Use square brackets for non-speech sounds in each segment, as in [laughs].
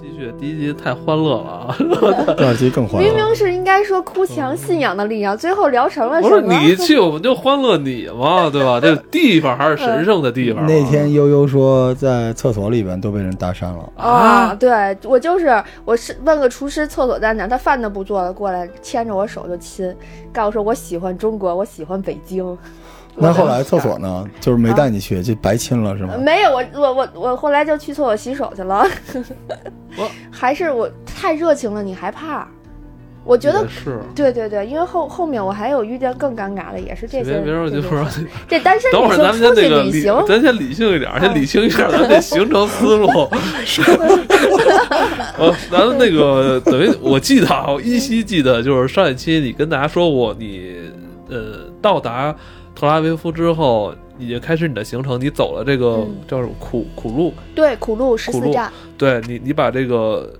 剧，第一集太欢乐了啊！ [laughs] [laughs] 第二集更欢明乐。明是应该说哭墙信仰的力量，最后聊成了什不是么？你去，我们就欢乐你嘛，对吧？这地方还是神圣的地方嘛。那天悠悠说在厕所里边都被人搭讪了，啊，啊，对我就是，我是问个厨师厕所在哪儿，他饭都不做了，过来牵着我手就亲，告诉我喜欢中国，我喜欢北京。[laughs] 我那的后来厕所呢？就是啊没带你去，就白亲了是吗呃？没有，我我我我后来就去厕所洗手去了。我还是我太热情了，你还怕？我觉得也是。对对对，因为后后面我还有遇见更尴尬的，也是这别些。别说，就这些是事儿这单身等女会儿性咱们先出那去个旅理，行，啊咱先理性一点儿，先理清一下咱这行程思 [laughs] 路。是，呃，咱们那个等于我记得啊，我依稀记得就是上一期你跟大家说过，你呃到达特拉维夫之后，你就开始你的行程，你走了这个、嗯叫什么苦苦路，对苦路十苦四路站对你你把这个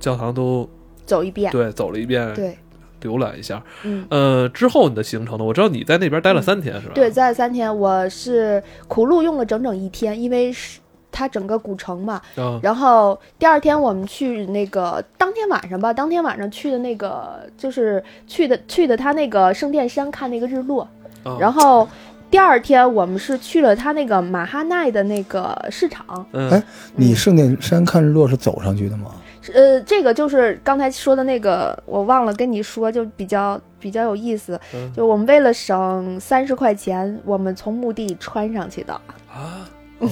教堂都走一遍。对走了一遍，对，浏览一下。嗯，呃，之后你的行程呢？我知道你在那边待了三天，是吧？对，在三天我是苦路用了整整一天，因为是它整个古城嘛，啊，然后第二天我们去那个当天晚上吧，当天晚上去的那个就是去的去的他那个圣殿山看那个日落，啊然后第二天我们是去了他那个马哈奈的那个市场，嗯，哎你圣殿山看日落是走上去的吗？呃，这个就是刚才说的那个，我忘了跟你说，就比较比较有意思，嗯就我们为了省三十块钱，我们从墓地穿上去的。啊，嗯 [laughs] 哦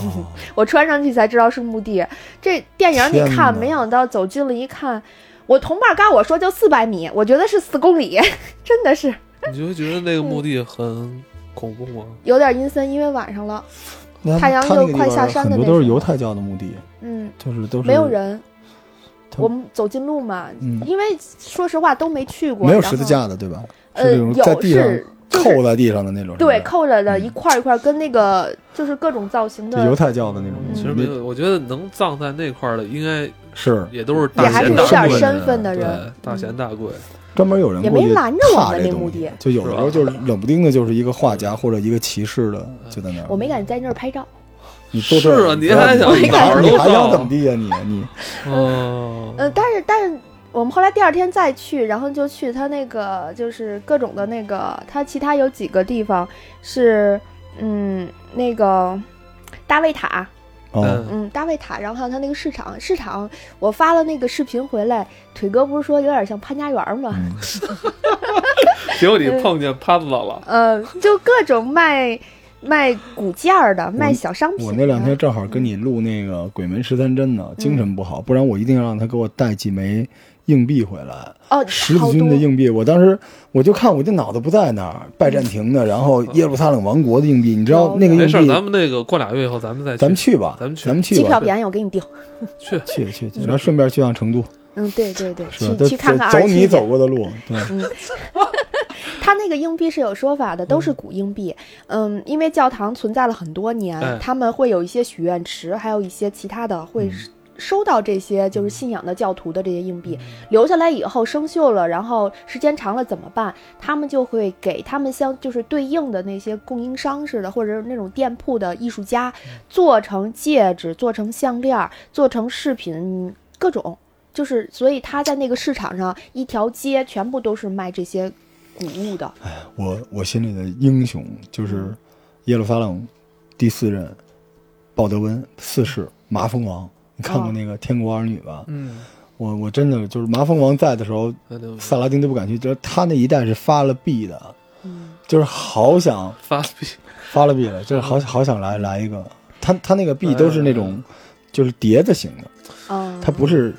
我穿上去才知道是墓地。这电影你天哪看，没想到走近了一看，我同伴告我说就四百米，我觉得是四公里， [laughs] 真的是你就会觉得那个墓地很恐怖吗？有点阴森，因为晚上了，那太阳他那又个地快方下山的很多那都是时候犹太教的墓地，嗯，就是都是没有，人。他我们走近路嘛，嗯因为说实话都没去过，没有然后十字，架的对吧？是呃，那种有在地上是就是扣在地上的那种，对是不是扣着的嗯一块儿一块儿，跟那个就是各种造型就犹的，太教的那种嗯墓其地，实没有，我觉得能葬在那块儿的，应该是也都是也大还是贤有大点贵，身份的对人。，嗯大贤大贵。专门有人也过没去拦着我踏们这那东墓西地就有的时候就是冷不丁的，就是一个画家或者一个骑士的就在那儿。我没敢在那儿拍照，你多这是啊你你还想你哪还儿你都还想到怎么地呀？你你嗯哦，呃，但是但是我们后来第二天再去，然后就去他那个就是各种的那个，他其他有几个地方是嗯那个大卫塔，哦，嗯，嗯大卫塔，然后还有他那个市场，市场我发了那个视频回来，腿哥不是说有点像潘家园吗？嗯结果你碰见潘子了，呃，就各种卖卖骨架儿的，卖小商品的。我那两天正好跟你录那个《鬼门十三针》呢，精神不好，不然我一定让他给我带几枚硬币回来，哦，十好字军的多硬币。我当时我就看，我这脑子不在那儿，拜占庭的，然后耶路撒冷王国的硬币，你知道那个硬没事儿，币，咱们那个过俩月以后咱们再咱们去吧，咱们去咱们去机吧，票便宜，我给你订。去，去去去，然后顺便去趟成都，嗯，对对对，是吧去？都去看看走二走十你七走过的路，对，它那个硬币是有说法的，都是古硬币。嗯，因为教堂存在了很多年，哎他们会有一些许愿池，还有一些其他的会收收到这些就是信仰的教徒的这些硬币，留下来以后生锈了，然后时间长了怎么办？他们就会给他们相就是对应的那些供应商似的，或者是那种店铺的艺术家，做成戒指，做成项链儿，做成饰品，各种。就是，所以他在那个市场上，一条街全部都是卖这些古物的。我我心里的英雄嗯就是耶路撒冷第四任鲍德温四世麻风王。你看过那个《天国儿女》吧？嗯，我我真的就是麻风王在的时候，那就萨拉丁都不敢去。就是他那一代是发了币的，嗯，就是好想发币，发了币 [laughs] 了，就是好好想来来一个。他他那个币都是那种哎就是碟子型的，啊，它不是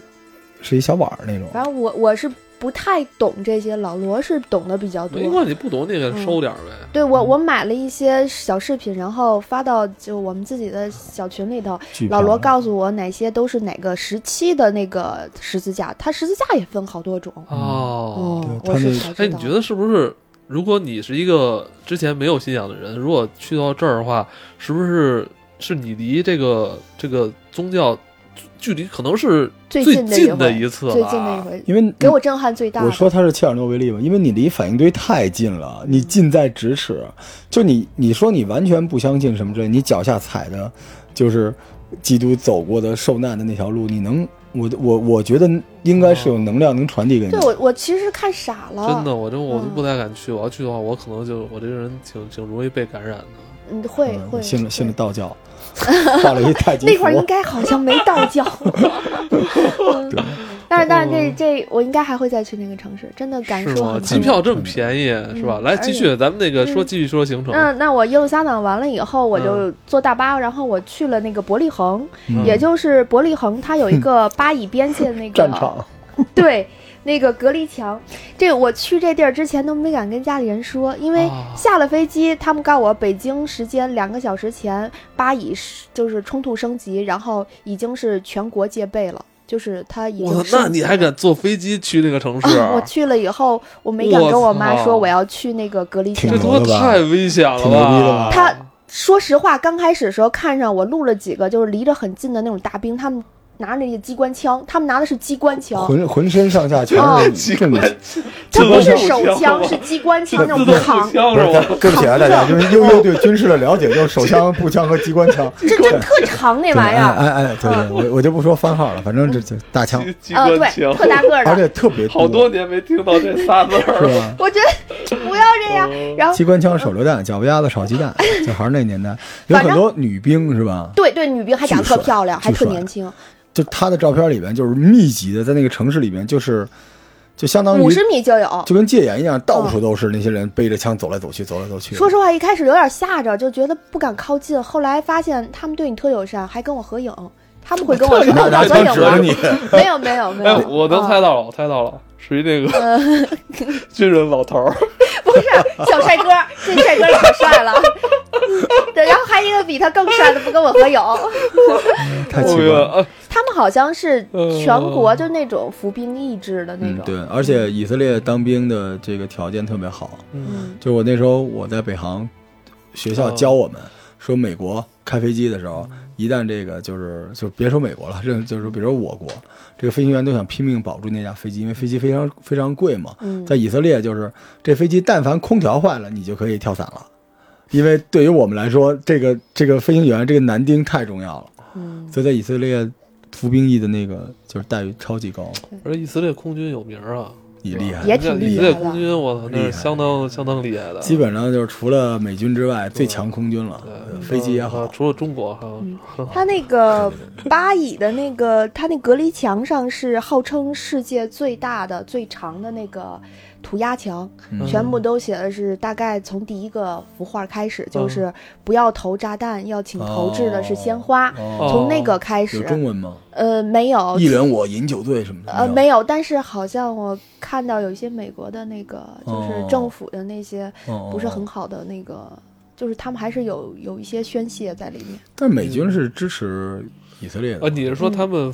是一小碗儿那种。反正我我是不太懂这些，老罗是懂得比较没多。关系，嗯你不懂你给嗯收点儿呗。对我，我买了一些小饰品，然后发到就我们自己的小群里头。巨老罗漂亮告诉我哪些都是哪个时期的那个十字架，它十字架也分好多种。嗯哦，哦，对我它是那才哎，知你道。觉得是不是？如果你是一个之前没有信仰的人，如果去到这儿的话，是不是是你离这个这个宗教距离可能是最最近的一近的回一次了？啊最近那一回，因为给我震撼最大的。我说他是切尔诺贝利嘛，因为你离反应堆太近了，你近在咫尺。就你你说你完全不相信什么之类，你脚下踩的，就是基督走过的受难的那条路，你能我我我觉得应该是有能量能传递给你对。我我其实看傻了，真的，我真我都嗯不太敢去。我要去的话，我可能就我这个人挺挺容易被感染的。嗯，会嗯会信了信了会道 [laughs] 教，画了一太极那符块儿。应该好像没道 [laughs] 教。嗯 [laughs] 但是但是这这我应该还会再去那个城市，真的感嗯是受吗？很嗯机多。票这么便宜，是吧？来，继续，咱们那个说继续说行程。嗯那嗯那我耶路撒冷完了以后，我就嗯坐大巴，然后我去了那个伯利恒，嗯也就是伯利恒，它有 [laughs] 一个巴以边界那个战场，对，那个隔离墙，这我去这地儿之前都没敢跟家里人说，因为啊下了飞机，他们告我北京时间两个小时前，巴以是就是冲突升级，然后已经是全国戒备了，就是他已我操，经那升级你还敢坐飞机去那个城市？啊？ [laughs] 我去了以后，我没敢我跟我妈操说我要去那个隔离挺墙这。啊他妈太危险了挺牛逼的吧 [laughs] 他说实话，刚开始的时候看上我录了几个，就是离着很近的那种大兵，他们拿着那个机关枪，他们拿的是机关枪，浑浑身上下全哦是正 [laughs] 的。它不是自手动步枪， [laughs] 枪是机关枪自那动种呃步扛枪不 [laughs] 是是，吧？对不起啊，大家，因为悠悠对军事的了解就是手枪、步枪和机关枪。 [laughs] 这这特长那对玩意儿， [laughs] 嗯哎哎哎，对对，我我就不说番号了，反正这这大枪，机机啊，关对，枪，特大个儿而的。且特别好多年没听到这仨字儿啊是了。吧？我觉得不要这样。哦然后机关枪、手榴弹、脚不丫子、炒鸡 [laughs] 蛋，就还是那年代，有反很正多女兵是吧？对对，女兵还长得特巨帅漂亮，还巨特帅年轻，就她的照片里边就是密集的，在那个城市里边就是，就相当于五十米就有。就跟戒严一样，到处都是那些人背着枪走来走去，走来走去。说实话，一开始有点吓着，就觉得不敢靠近。后来发现他们对你特友善，还跟我合影，他们会跟我说：“那我那要合就影指吗着你，没有没有啊没哎，有，我能猜到了，我猜到了，属于那个呃 [laughs] 军人老头儿。不是小帅哥，这帅哥可帅了。对，然后还有一个比他更帅的不跟我合影。 [laughs] 太奇我怪个了。啊，他们好像是呃全国就那种服兵役制的那嗯种，，对，而且以色列当兵的这个条件特别好，嗯，就我那时候我在北航，学校教我们、说，美国开飞机的时候，一旦这个就是就别说美国了，这就是比如说我国，这个飞行员都想拼命保住那架飞机，因为飞机非常非常贵嘛。嗯在以色列就是这飞机但凡空调坏了，你就可以跳伞了，因为对于我们来说，这个这个飞行员这个男丁太重要了，嗯，所以在以色列服兵役的那个就是待遇超级高，而以色列空军有名儿啊，也厉害。也挺以厉色害列的空军，我操，那厉害是相当相当厉害的。基本上就是除了美军之外，最强空军了，对呃飞机也啊好，除了中国哈，嗯他那 [laughs] 个巴以的那个，他那隔离墙上是号称世界最大的、最长的那个涂鸦墙，嗯全部都写的是大概从第一个幅画开始，就是嗯不要投炸弹，要请投掷的是鲜花，哦从那个开有始。中文吗？呃，没有，一人我饮酒醉什么的？呃，没有，但是好像我看到有一些美国的那个，就是政府的那些有，不是哦哦。很哦哦好的那个，就是他们还是有有一些宣泄在里面。但是美军是支持以色列的啊，你是说他们 f-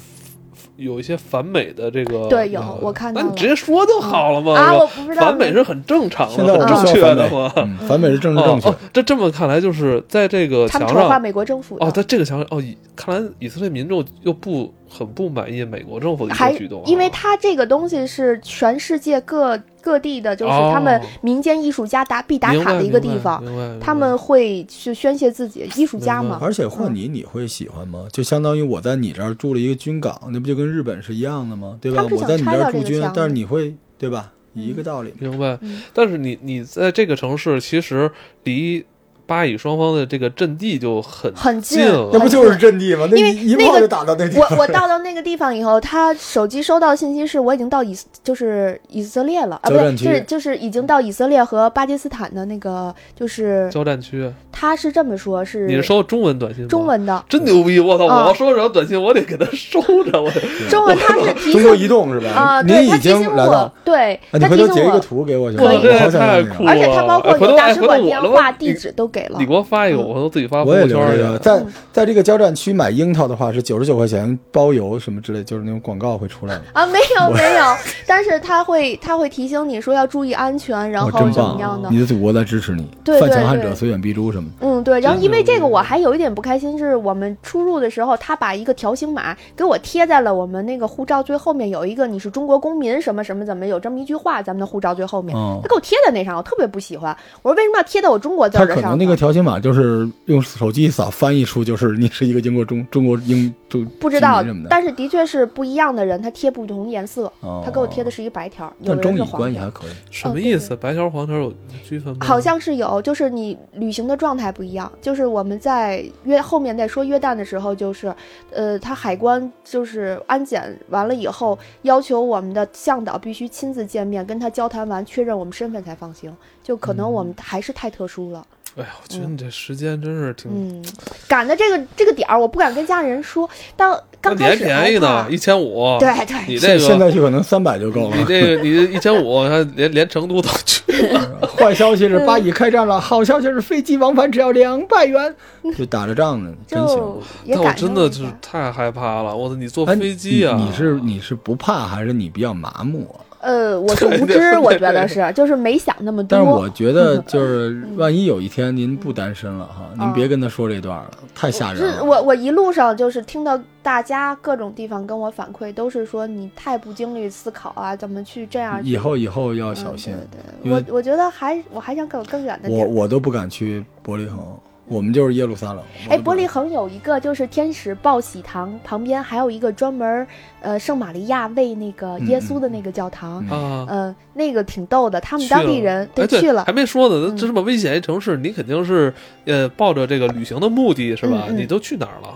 f- 有一些反美的这个？嗯对有呃我看到那你了直接说就好了嘛。啊是吧我不知道反美是很正常嗯现在的，很我们哦正需确要反的美嘛。，嗯反美是政治哦正确哦。，这这么看来，就是在这个他墙们丑化上。美国政府的哦，在这个墙上，哦，以看来以色列民众又不很不满意美国政府的一还些举动啊，因为它这个东西是全世界各各地的，就是哦他们民间艺术家打必打明卡白的一个地，方，明白明白他们会去宣泄自己，艺术家哦嘛。而且换你，你会喜欢吗？就相当于我在你这儿驻了一个军港，那不就跟日本是一样的吗？对吧？他们是我在你这想拆掉儿这驻个军墙，但是你会对吧？一个道理。明白嗯。但是你你在这个城市，其实离巴以双方的这个阵地就很很近近了那不就是阵地吗？那哦因为一一那炮个就打到那地我方。我到到那个地方以后，他手机收到信息是我已经到以就是以色列了啊，不交对，战区就是就是已经到以色列和巴基斯坦的那个，就是交战区。他是这么说，你是是收中文短信吗？中文的，真牛逼！我操，我啊要收着短信，我得给他收着。我中文他是提哦中国移醒动是吧？啊，对您他已提经醒来到我，，对啊他你回提头醒截一个我，图给我行吗？哇，这我也好想太要那酷个。了！而且他包括哎回头有大哎使回头馆我电能不话、能地址都给了你给。我发一个，我都自己发朋我也友留圈着里这个，。在嗯在这个交战区买樱桃的话是九十九块钱包邮什么之类，就是那种广告会出来的。啊，没有没有，但是他会他会提醒你说要注意安全，然哇，后真怎么样棒啊的，。你的祖国在支持你，对犯对强悍对者虽远必诛什么的。嗯，对。然后真因为牛这个，逼我还有一点不开心，是我们出入的时候，他把一个条形码给我贴在了我们那个护照最后面，有一个你是中国公民什么什么怎么有这么一句话，咱们的护照最后面，嗯他给我贴在那上，我特别不喜欢。我说为什么要贴到我中国字他儿的可上能那头？个条形码就是用手机一扫，翻译出就是你是一个经过中中国英中不知道殖民什么，的。但是的确是不一样的人，他贴不同颜色，哦他给我贴的是一个白条儿，有但的中人是米黄关系条还儿。可以。什么意思？白条黄条有区分吗？哦好像是有，就是你旅行的状态不一样。就是我们在约后面在说约旦的时候，就是，呃，他海关就是安检完了以后，要求我们的向导必须亲自见面，跟他交谈完确认我们身份才放行。就可能我们还是太特殊了，哎呀，我觉得你这时间真是挺……嗯，赶的这个这个点儿，我不敢跟家里人说。当那刚你还开始便宜害怕呢，一千五。对对，你这现个现在去可能三百就够了你。这个你一千五，还连连成都都去， [laughs] [laughs] 坏消息是巴以开战了，好消息是飞机往返只要两百 [laughs] 元，就打着仗呢，真行啊就。也但我赶真上的了就是吧太害怕了。我操，你坐哎飞机啊？你你是你是不怕还是你比较麻木啊？呃，我是对无对 [laughs] 知，对我觉得是，就是没想那么多。但是我觉 [laughs] 得就是万一有一天您不单身了哈，您别跟他说这段了，太吓人是了。啊我我一路上就是听到大家各种地方跟我反馈，都是说你太不经历思考啊，怎么去这样以后以后要嗯小心。对因为对，我我觉得还我还想更更远的我点。我都不敢去伯利恒，我们就是耶路撒冷。哎，我都不伯敢利恒有一个就是天使报喜堂旁边还有一个专门儿呃圣玛利亚为那个耶稣的那个教堂，嗯啊，呃，那个挺逗的，他们去当地了人哎，对去了还，没说呢，嗯这这么危险一城市，你肯定是呃抱着这个旅行的目的是吧？嗯嗯你都去哪儿了？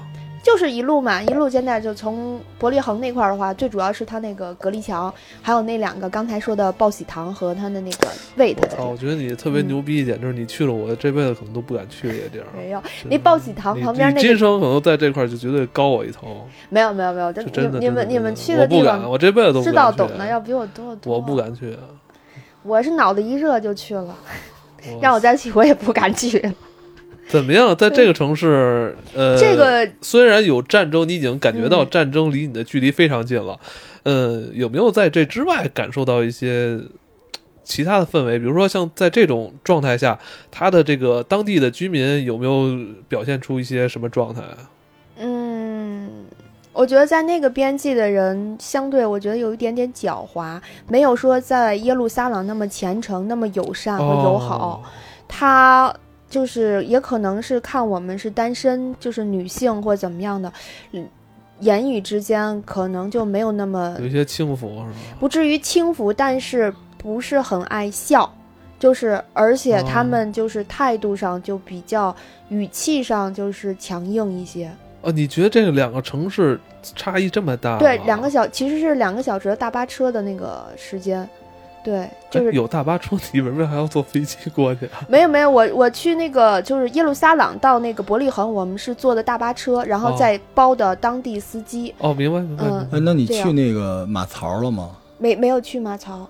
就是一路嘛，一路现在就从伯利恒那块儿的话，最主要是它那个隔离墙，还有那两个刚才说的报喜堂和它的那个喂我的地操，儿。我觉得你特别嗯牛逼一点，就是你去了，我这辈子可能都不敢去这个地儿。没有，真那的报喜堂你旁边你那今个生可能在这块儿就绝对高我一头，没有没有没有，真是真的。你真的们你们真去的我地不敢，方我这辈子都不知道敢去懂的要比我多得多。我不，敢去，我是脑袋一热就去了，我让我再去 [laughs] 我也不敢去。怎么样？在这个城市，呃，这个虽然有战争，你已经感觉到嗯战争离你的距离非常近了，呃，有没有在这之外感受到一些其他的氛围？比如说，像在这种状态下，他的这个当地的居民有没有表现出一些什么状态啊？嗯，我觉得在那个边际的人，相对我觉得有一点点狡猾，没有说在耶路撒冷那么虔诚、那么友善和啊友好。哦他就是也可能是看我们是单身，就是女性或怎么样的，嗯言语之间可能就没有那么哦，有一些轻浮是吧？不至于轻浮，但是不是很爱笑。就是，而且他们就是态度上就比较，语气上就是强硬一些。哦，你觉得这两个城市差异这么大吗？对，两个小其实是两个小时的大巴车的那个时间，对，就哎是有大巴车，你为什么还要坐飞机过去啊？没有没有，我我去那个就是耶路撒冷到那个伯利恒，我们是坐的大巴车，然后哦再包的当地司机，哦，明白明白。嗯明白哎，那你这去样那个马槽了吗？没没有去马槽，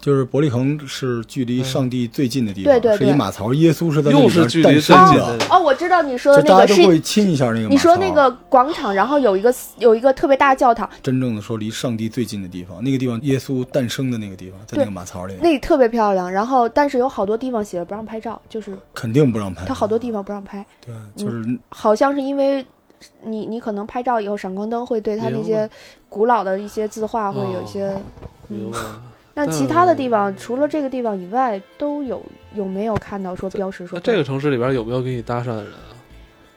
就是伯利恒是距离嗯上帝最近的地方，对对是一对马槽，耶稣是在那又里是边距离诞最生近的的，哦，我知道你说就的那大个家是都会亲一下那个马槽。你说那个广场，然后有一个有一个特别大的教堂，真正的说离上帝最近的地方，那个地方耶稣诞生的那个地方，在那对个马槽里，那里特别漂亮，然后但是有好多地方写着不让拍照，就是肯定不让拍。它好多地嗯方不让拍，对，就是好像是因为。你你可能拍照以后，闪光灯会对它那明些古老的一些字画会有一哦些，嗯明白。那但其他的地方除了这个地方以外，都有有没有看到说标识说那这不个让城市里边有没有给你搭讪的人啊？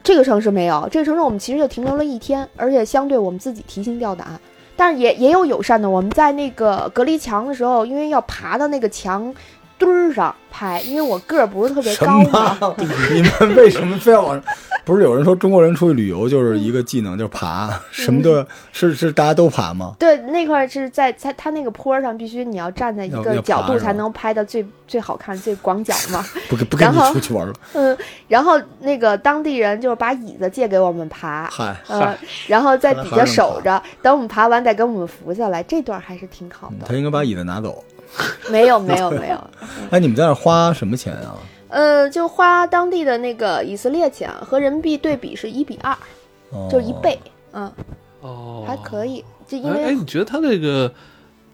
这个城市没有，这个城市我们其实就停留了一天，而且相对我们自己提心吊胆，但是也也有友善的。我们在那个隔离墙的时候，因为要爬到那个墙墩儿上拍，因为我个儿不是特别什高嘛， [laughs] 么？你们为什么非要往上？不是有人说中国人出去旅游就是一个技能，就是 [laughs] 爬，什么嗯都是是大家都爬吗？对，那块儿是在在它那个坡儿上，必须你要站在一要个要角爬度是吧才能拍的最最好看、最广角嘛。 [laughs] 不跟不跟你然后出去玩了，嗯，然后那个当地人就是把椅子借给我们爬，嗨。呃，然后在底还下能守着，等我们爬完再给我们扶下来，这段还是挺好嗯的。他应该把椅子拿走。嗯没有 [laughs] 没有没有，哎，你们在那儿花什么钱啊？呃，就花当地的那个以色列钱和人民币对比是一比二，哦就是一倍，嗯，哦，还可。以。就因哎哎，为你觉得他这个，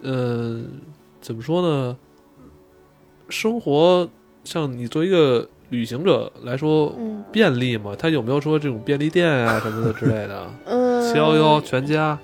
呃，怎么说呢？生活像你作为一个旅行者来说，嗯便利吗？他有没有说这种便利店啊什么的之类的？嗯七幺幺、全家、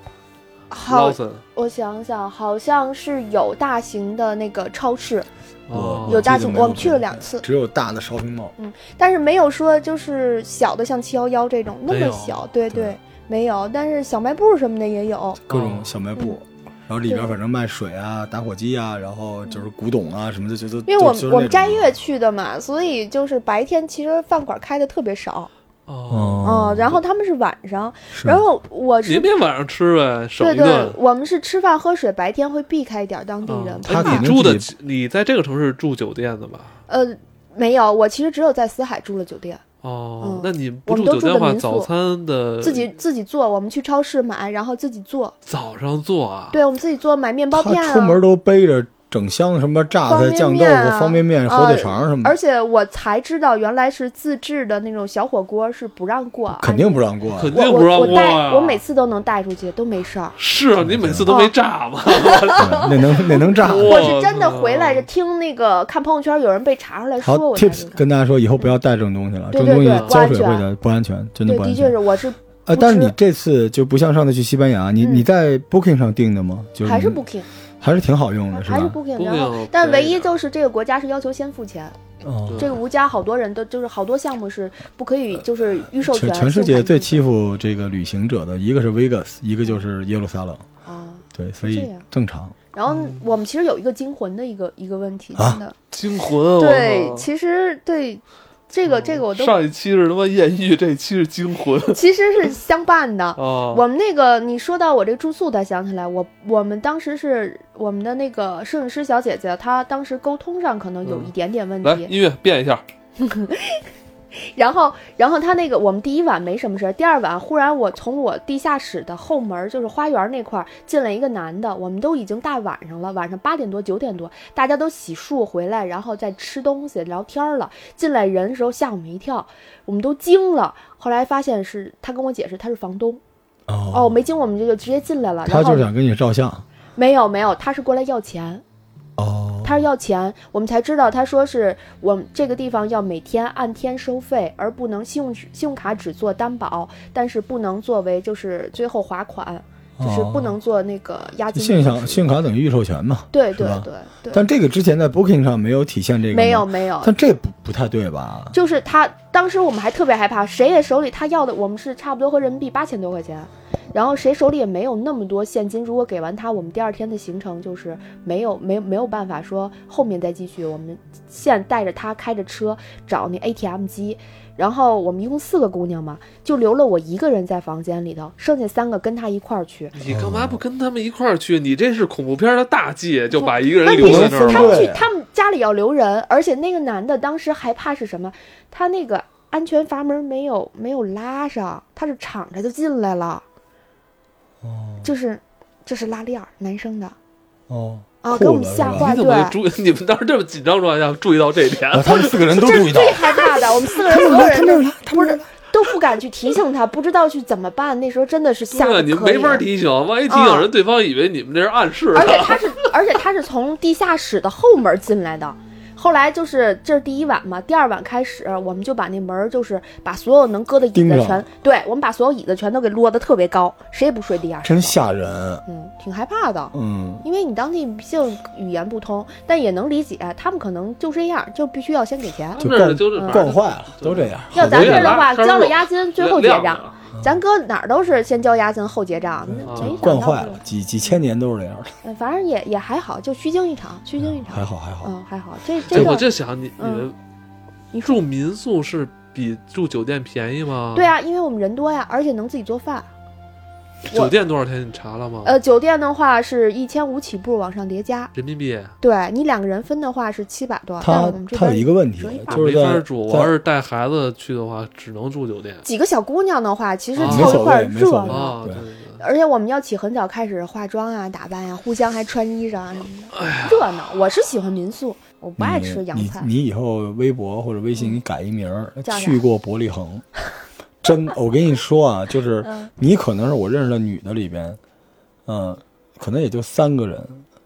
好， Lawson，我想想，好像是有大型的那个超市，我哦我有大记得型，没我们去了两过次，只有大的烧瓶帽，但是没有说就是小的像七幺幺这种那没有么小，对对对，没有。但是小卖部什么的也有，各种小卖部。嗯然后里边反正卖水啊、打火机啊，然后就是古董啊什么的，就就因为我就就是们我那种们斋月去的嘛，所以就是白天其实饭馆开的特别少，哦，嗯哦，，然后他们是晚上，是然后我嗯您是。别晚上吃呗，省对一对顿，。我们是吃饭喝水，白天会避开一点当地人。嗯他哎怕肯定你住的自，你在这个城市住酒店的吧？呃，没有，我其实只有在死海住了酒店，哦嗯，那你不我们住酒都住店的的话，民宿早餐呃的自己自己做，我们去超市买，然后自己做。早上做啊？对，我们自己做，买面包片他啊。出门都背着整箱什么榨菜、方酱便豆面啊腐、方便面、火腿肠什么而的，且我才知道，原来是自制的那种小火锅是不让过，肯定不让过啊。肯定我不让我我过啊带呀！我每次都能带出去，都没事儿。是啊，你每次都没炸 [laughs] 吗？对那能那能炸。我哦我是真的操回来就听那个看朋友圈有人被查出来说，好我才，tips 知道。跟大家说，以后不要带这种东西了，这对种东对西对不浇安水全会的不安全，真的对，不安的确全是，。我是呃，不但是吃你这次就不像上次去西班牙，你嗯你在 Booking 上订的吗？就是还是你 Booking，还是挺好用的，是还是吧？ Booking，不然后行但唯便一宜就是这个国家是要求先付钱，哦对这个吴家好多人都就是好多项目是不可呃以就是预授权全性全满世足界最的欺负这个旅行者的一个是 Vegas，一个就是耶路撒冷，啊。对，所这以样正常。然后嗯我们其实有一个惊魂的一个一个问题，啊真的，惊魂啊，我对，操其实对这个这个我都上一期是他妈艳遇，这一期是惊魂其实是相伴 [laughs] 的。啊。我们那个，你说到我这住宿，才想起来，我我们当时是我们的那个摄影师小姐姐，她当时沟通上可能有一点点问嗯来题。音乐变一下，嗯然后，然后她那个，我们第一晚没什么事儿，第二晚忽然我从我地下室的后门，就是花园那块儿进来一个男的，我们都已经大晚上了，晚上八点多九点多，大家都洗漱回来，然后再吃东西聊天儿了。进来人的时候吓我们一跳，我们都惊了。后来发现是他跟我解释他是房东。哦，哦，没经我们这就直接进来了，他然后就是想跟你照相。没有没有，他是过来要钱，哦，他是要钱，我们才知道他说是我们这个地方要每天按天收费，而不能信用信用卡只做担保，但是不能作为就是最后划款，就是不能做那个押金。哦信用卡信用卡等于预授权嘛。对是对吧对对，但这个之前在 Booking 上没有体现这个，没有。没有，但这不不太对吧？就是他当时我们还特别害怕，谁也手里他要的我们是差不多合人民币八千多块钱，然后谁手里也没有那么多现金。如果给完他，我们第二天的行程就是没有没有没有办法说后面再继续，我们现带着他开着车找那 ATM 机。然后我们一共四个姑娘嘛，就留了我一个人在房间里头，剩下三个跟他一块儿去。你干嘛不跟他们一块儿去？你这是恐怖片的大忌，就把一个人问留题在是那儿他了。们去对，他们家里要留人，而且那个男的当时还怕是什么？他那个安全阀门没有没有拉上，他是敞着就进来了，哦就是这是拉链儿，男生的哦，啊，裤给我们子是吓吧坏，你怎么对，注？意？你们当时这么紧张状态下注意到这一点？啊他们四个人都这注是意到最害怕的，我们四个人所有人都不是都不敢去提醒他，不知道去怎么办。那时候真的是吓对啊，得你们可没法以提醒，万一提醒啊人，对方以为你们这是暗示啊而且的。他 [laughs] 是，而且他是从地下室的后门进来的。后来就是这是第一晚嘛，第二晚开始，我们就把那门儿就是把所有能搁的椅钉子上全，对我们把所有椅子全都给摞得特别高，谁也不睡地下室。真吓人。嗯，挺害怕的，嗯，因为你当地毕竟语言不通，但也能理解，他们可能就这样，就必须要先给钱。他们这就就是惯坏了，都这样。要咱有这点儿的拉话，片儿交了肉押金嗯最后结啊亮啊账了，咱搁哪儿都是先交押金后结嗯账，没就想到惯坏是了，几几千年都是这样的。嗯反正也也还好，就虚惊一场，虚惊一场。还好还好，嗯，还好，这对这哎我个就想你你嗯们你说住民宿是比住酒店便宜吗？对，啊，因为我们人多呀，而且能自己做饭。我酒店多少钱？你查了吗？呃，酒店的话是一千五起步往上叠加，人民币。啊对你两个人分的话是七百多，但他我们这他有一边个问题折一，半就是没法在住。我要在是带孩子去的话，只能住酒店。几个小姑娘的话，其实啊凑一块儿没所热谓没所谓闹。啊，对对对而且我们要起很早开始化妆啊、打扮呀、互相还穿衣裳啊什么哎的，热闹。我是喜欢民宿，我不爱你吃洋菜嗯嗯你。你以后微博或者微信，你改一名儿，叫啥去过伯利恒。 [laughs] 真，我跟你说啊，就是嗯你可能是我认识的女的里边，嗯、可能也就三个人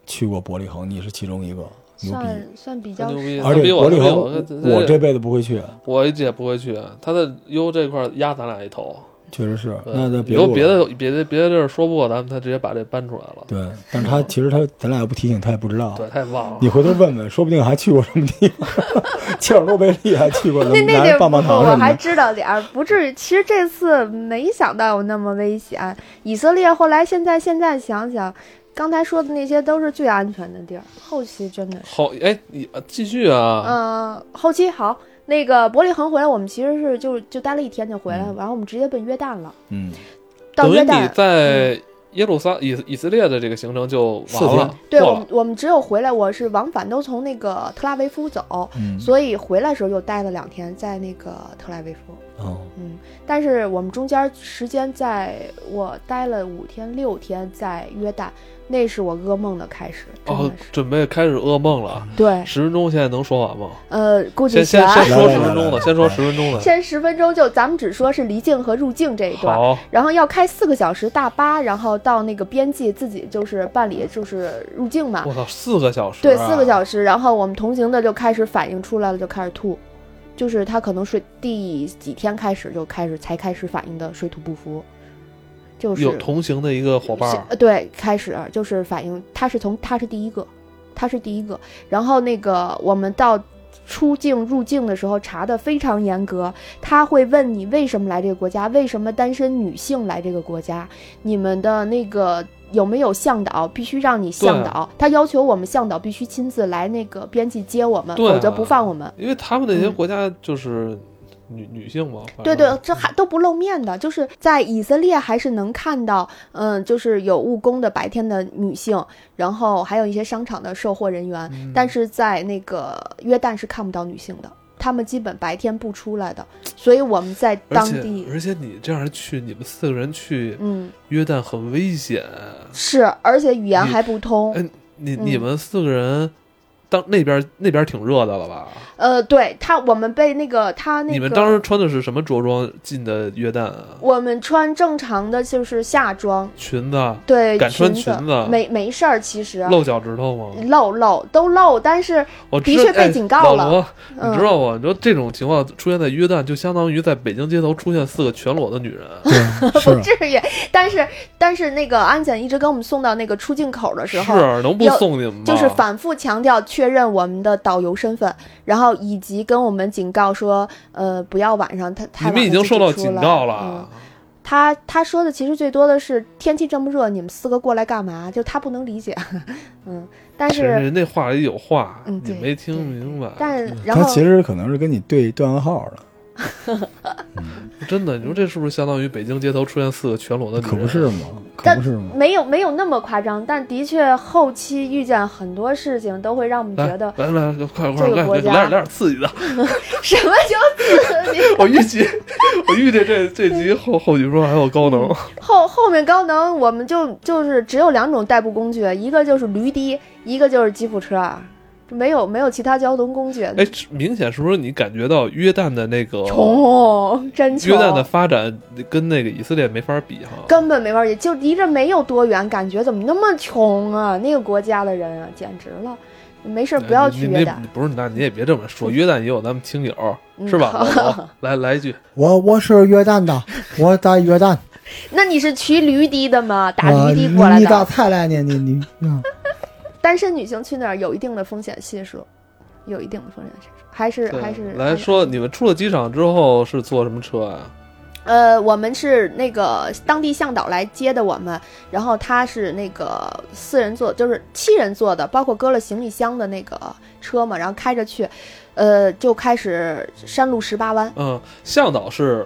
去过伯利恒，你是其中一个，牛逼。算算比对，较牛逼！他而比且伯我利他比恒我，我这辈子不会去。我姐不会去，她在优这块儿压咱俩一头。确实是。对那那别呃有录别了的别的别的地儿说不过咱们，他直接把这搬出来了。对，但是他其实他咱俩要不提醒他也不知道。嗯对，太忘了。你回头问问，说不定还去过什么地方， [laughs] 切尔诺贝利还去过什么那那地拿儿棒棒糖我什么还的。知道点儿，不至于。其实这次没想到有那么危险。以色列后来现在现在想想，刚才说的那些都是最安全的地儿，后期真的是。好，哎，你啊继续啊。嗯、后期好，那个伯利恒回来，我们其实是就就待了一天就回来了，然后我们直接奔约旦了。嗯，到等于约你旦，嗯在耶路撒以以色列的这个行程就四完天了，对过我们了。我们只有回来，我是往返都从那个特拉维夫走，嗯所以回来的时候又待了两天在那个特拉维夫。哦，嗯，但是我们中间时间在我待了五天六天在约旦，那是我噩梦的开始，真哦的是。，嗯准备开始噩梦了。啊对，十分钟现在能说完吗？呃，估计先先全先说来十来分钟来的，来先说来十分钟的。先十分钟就咱们只说是离境和入境这一段，好，然后要开四个小时大巴，然后到那个边境自己就是办理就是入境嘛。我操，四个小时、啊。对，四个小时。时，然后我们同行的就开始反应出来了，就开始吐，就是他可能睡第几天开始就开始才开始反应的水土不服，就是有同行的一个伙伴是儿，呃，对，开始就是反应，他是从他是第一个，他是第一个。然后那个我们到出境入境的时候查的非常严格，他会问你为什么来这个国家，为什么单身女性来这个国家，你们的那个。有没有向导？必须让你向对导。他要求我们向导必须亲自来那个边境接我们，对否则啊不放我们。因为他们那些嗯国家就是女、女性嘛。反嗯对对正，这还都不露面的，就是在以色列还是能看到，嗯，就是有务工的白天的女性，然后还有一些商场的售货人员，嗯但是在那个约旦是看不到女性的，她们基本白天不出来的，所以我们在而当且地，而且你这样去，你们四个人去嗯，约旦很危险。是，而且语言你还不通，哎你你嗯们四个人，当那边那边挺热的了吧？呃，对他，我们被那个他那个，你们当时穿的是什么着装进的约旦啊？我们穿正常的就是夏装，裙子啊对，敢穿裙子子没没事儿，其实。露脚趾头吗？露露都露，但是我的知道确被哎警告了老罗，嗯你知道吗？你说这种情况出现在约旦，就相当于在北京街头出现四个全裸的女人。对，不是 [laughs] 至于。但是但是那个安检一直给我们送到那个出境口的时候，是能不要送你们吗？就是反复强调确认我们的导游身份，然后以及跟我们警告说，呃，不要晚上太你太晚了们已经就受到出警来告嗯了。他他说的其实最多的是天气这么热，你们四个过来干嘛？就他不能理解， [laughs] 嗯，但其实嗯是人那话里有话，嗯你对没听对明白。但是然他后其实可能是跟你对对暗号了，真的，你说这是不是相当于北京街头出现四个全裸的女人？可不是吗？可但不是吗？没有没有那么夸张，但的确后期遇见很多事情都会让我们来。觉得来来，来快快这个来，国来家来点刺激的！什么叫自己。我预计， [laughs] 我预计这这集后后几说还有高嗯能，后后面高能，我们就就是只有两种代步工具，一个就是驴的，一个就是吉普车，没有没有其他交通工具。哎，这明显是不是你感觉到约旦的那个穷，真穷约，旦的发展跟那个以色列没法比哈？根本没法儿，也就离着没有多远，感觉怎么那么穷啊？那个国家的人啊，简直了。没事儿，哎不要你去你约那旦，不是，那你也别这么说，约旦也有咱们听友嗯是吧？好 [laughs] 老罗来来一句，我我是约旦的，我在约旦，那你是骑驴的的吗？打我驴的过来你咋的。才来呢？你你嗯单身女性去那儿有一定的风险系数，有一定的风险系数，还是还是对还来是说，你们出了机场之后是坐什么车啊？呃，我们是那个当地向导来接的我们，然后他是那个四人座，就是七人座的，包括搁了行李箱的那个车嘛，然后开着去，呃，就开始山路十八弯。嗯，向导是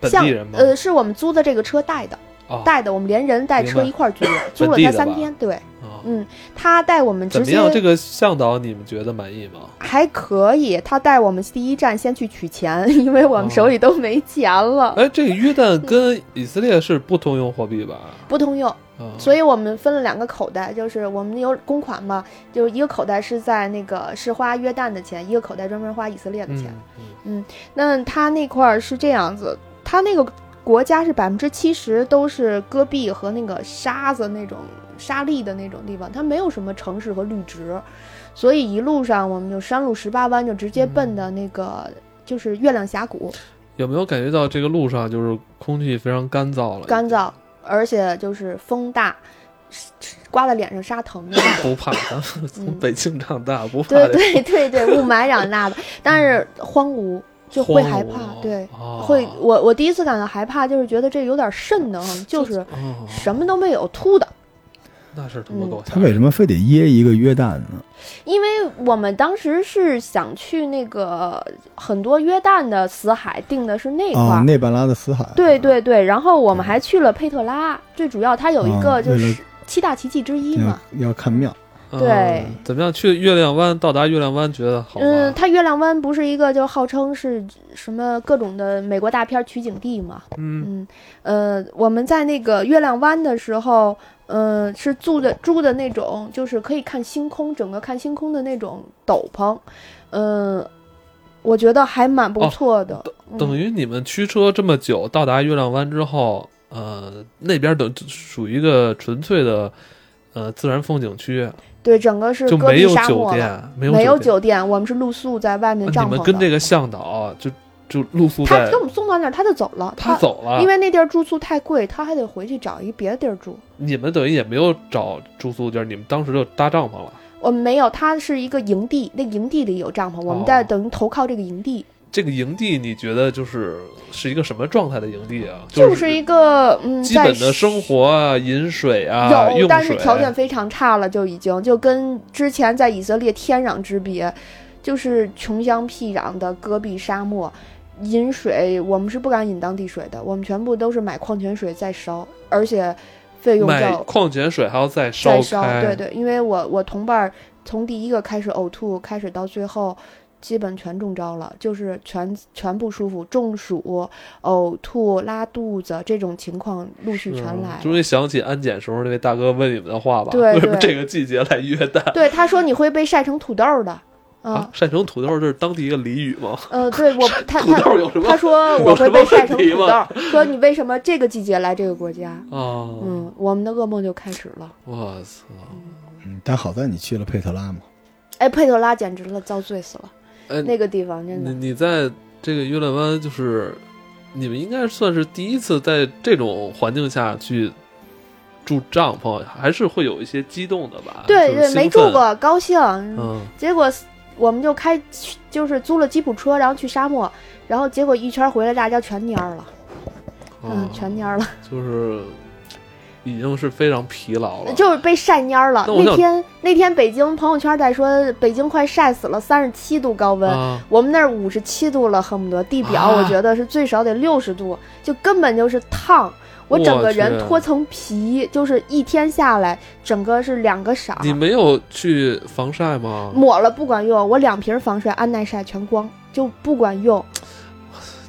本像地人吗？呃，是我们租的这个车带的，啊带的，我们连人带明车白一块儿租的，租了本地他的三吧天，对，啊，嗯，他带我们怎直么接样？这个向导你们觉得满意吗？还可以，他带我们第一站先去取钱， [laughs] 因为我们手里都没钱了，哦哎，这个约旦嗯跟以色列是不通用货币吧？不通用。啊，所以我们分了两个口袋，就是我们有公款嘛，就是一个口袋是在那个是花约旦的钱，一个口袋专门花以色列的嗯钱。嗯那他那块儿是这样子，他那个国家是百分之七十都是戈壁和那个沙子那种沙砾的那种地方，它没有什么城市和绿植，所以一路上我们就山路十八弯，就直接奔的那个。就是月亮峡谷，有没有感觉到这个路上就是空气非常干燥了？干燥，而且就是风大，刮在脸上沙疼的。不怕，咱们从嗯北京长大，不怕对这对 [laughs] 对对，雾霾长大的，但是荒芜就会荒害芜怕，对，哦会我我第一次感到害怕，就是觉得这有点瘆得慌，就是哦，什么都没有，秃的。那是他嗯妈够吓 [laughs] 他为人。什么非得掖一个约旦呢？因为我们当时是想去那个很多约旦的死海，定的是那块啊，儿。内半拉的死海。对对对，然后我们还去了佩特拉，最主要它有一啊个就为了是七大奇迹之一嘛要。要看庙，嗯对怎么样？去月亮湾，到达月亮湾，觉得好嗯，吗？它月亮湾不是一个就号称是什么各种的美国大片取景地嘛？嗯，嗯，呃，我们在那个月亮湾的时候，呃，是住的住的那种，就是可以看星空，整个看星空的那种斗篷，嗯、我觉得还蛮不哦错的。嗯等于、于你们驱车这么久，到达月亮湾之后，呃，那边等属于一个纯粹的呃自然风景区，对，整个是就戈没壁有沙酒漠了，店，没没有店。酒店，我们是露宿在外面呃帐你篷们的。跟这个向导就就露宿他在给我，们送到那儿，他就走了。他走了，啊因为那地儿住宿太贵，他还得回去找一别的地儿住。你们等于也没有找住宿地儿，你们当时就搭帐篷了。我们没有，它是一个营地，那营地里有帐篷，我们在哦等于投靠这个营地。这个营地你觉得就是是一个什么状态的营地啊？就是一是个嗯，基本的在生活啊，饮水啊，有，用但是水，条件非常差了，就已经就跟之前在以色列天壤之别，就是穷乡僻壤的戈壁沙漠。饮水我们是不敢饮当地水的，我们全部都是买矿泉水再烧，而且费用买较矿泉水还要再再烧烧。开，对对，因为我我同伴儿从第一个开始呕吐开始到最后，基本全中招了，就是全全不舒服，中暑、呕吐、拉肚子这种情况陆续嗯全来。终于想起安检时候那位大哥问你们的话吧？对 [laughs] 为什么对这个季节来约旦对，他说你会被晒成土豆儿的。啊啊，？晒成土豆这是当地一个俚语吗？呃，[laughs] 对我他土豆他有什么他说有我什会么被晒问成题土豆吗儿，说你为什么这个季节来这个国家？啊？嗯，我们的噩梦就开始了。我操！嗯，但好在你去了佩特拉嘛。哎，佩特拉简直了，遭罪死了，哎，那个地方真你的。你在这个约旦湾，就是你们应该算是第一次在这种环境下去住帐篷，还是会有一些激动的吧？对就是对，没兴奋啊住。过，高兴。嗯，结果我们就开，就是租了吉普车，然后去沙漠，然后结果一圈回来，大家全蔫儿了，嗯哦，全蔫儿了，就是已经是非常疲劳了。就是被晒蔫儿了。那我那想天那天北京朋友圈在说，北京快晒死了，三十七度高温。啊，我们那儿五十七度了，恨不得地表啊我觉得是最少得六十度，就根本就是烫。我整我个去人脱层皮，就是一天下来，整个是两个色儿。你没有去防晒吗？抹了不管用，我两瓶防晒安耐晒全光就不 [laughs] 管用。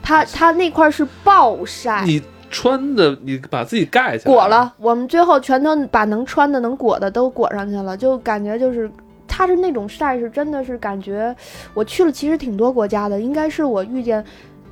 它它那块儿是暴晒，你穿的，你把自己盖起来。裹了。我们最后全都把能穿的、能裹的都裹上去了，就感觉就是。它是那种晒，是真的是感觉我去了，其实挺多国家的，应该是我遇见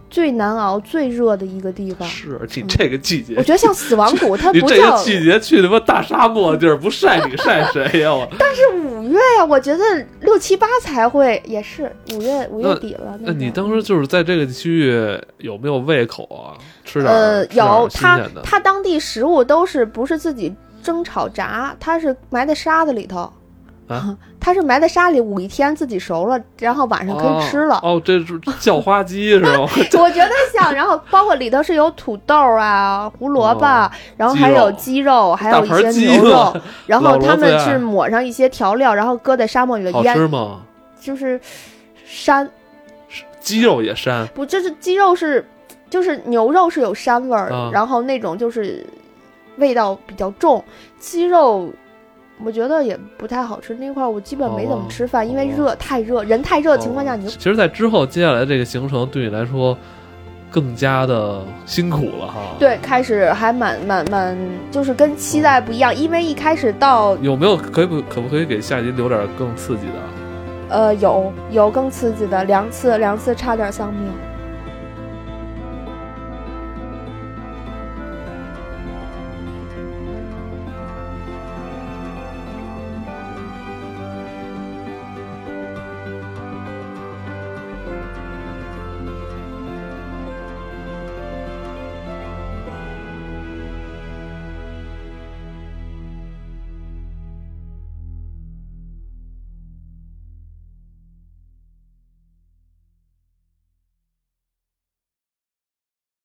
最难熬、最热的一个地 [laughs] 方。是你这个季节我，觉嗯得像死亡谷，它你不这个叫，季节去他妈大沙漠地儿，不晒你晒谁呀？ [laughs] 我是五月呀、我觉得六七八才会，也是五月五月那底了。那会你儿当时就是在这个区域有没有胃口啊？吃点儿呃，吃点儿有新它鲜的它当地食物都是不是自己蒸炒炸，它是埋在沙子里头。 [laughs] 啊，它是埋在沙里捂一天，自己熟了，然后晚上可以吃了。哦，哦这是叫花鸡是吧？ [laughs] 我觉得像，然后包括里头是有土豆啊、胡萝卜，哦然后还有鸡肉，还有大盘一鸡些牛嘛肉， [laughs] 然老后罗他最们爱是抹上一些调料，然后搁在沙漠里好吃腌，吗？就是膻鸡肉也膻，不，就是鸡肉是，就是牛肉是有膻味儿，啊然后那种就是味道比较重，鸡肉。我觉得也不太好吃，那块儿我基本没怎么吃饭，哦因为热太热，人太热的情况下，哦你就其实，在之后接下来这个行程对你来说更加的辛苦了哈。，对开始还蛮蛮蛮，就是跟期待不一样，因为一开始到有没有可不可不可以给下集留点更刺激的？啊呃有有更刺激的，两次两次差点丧命，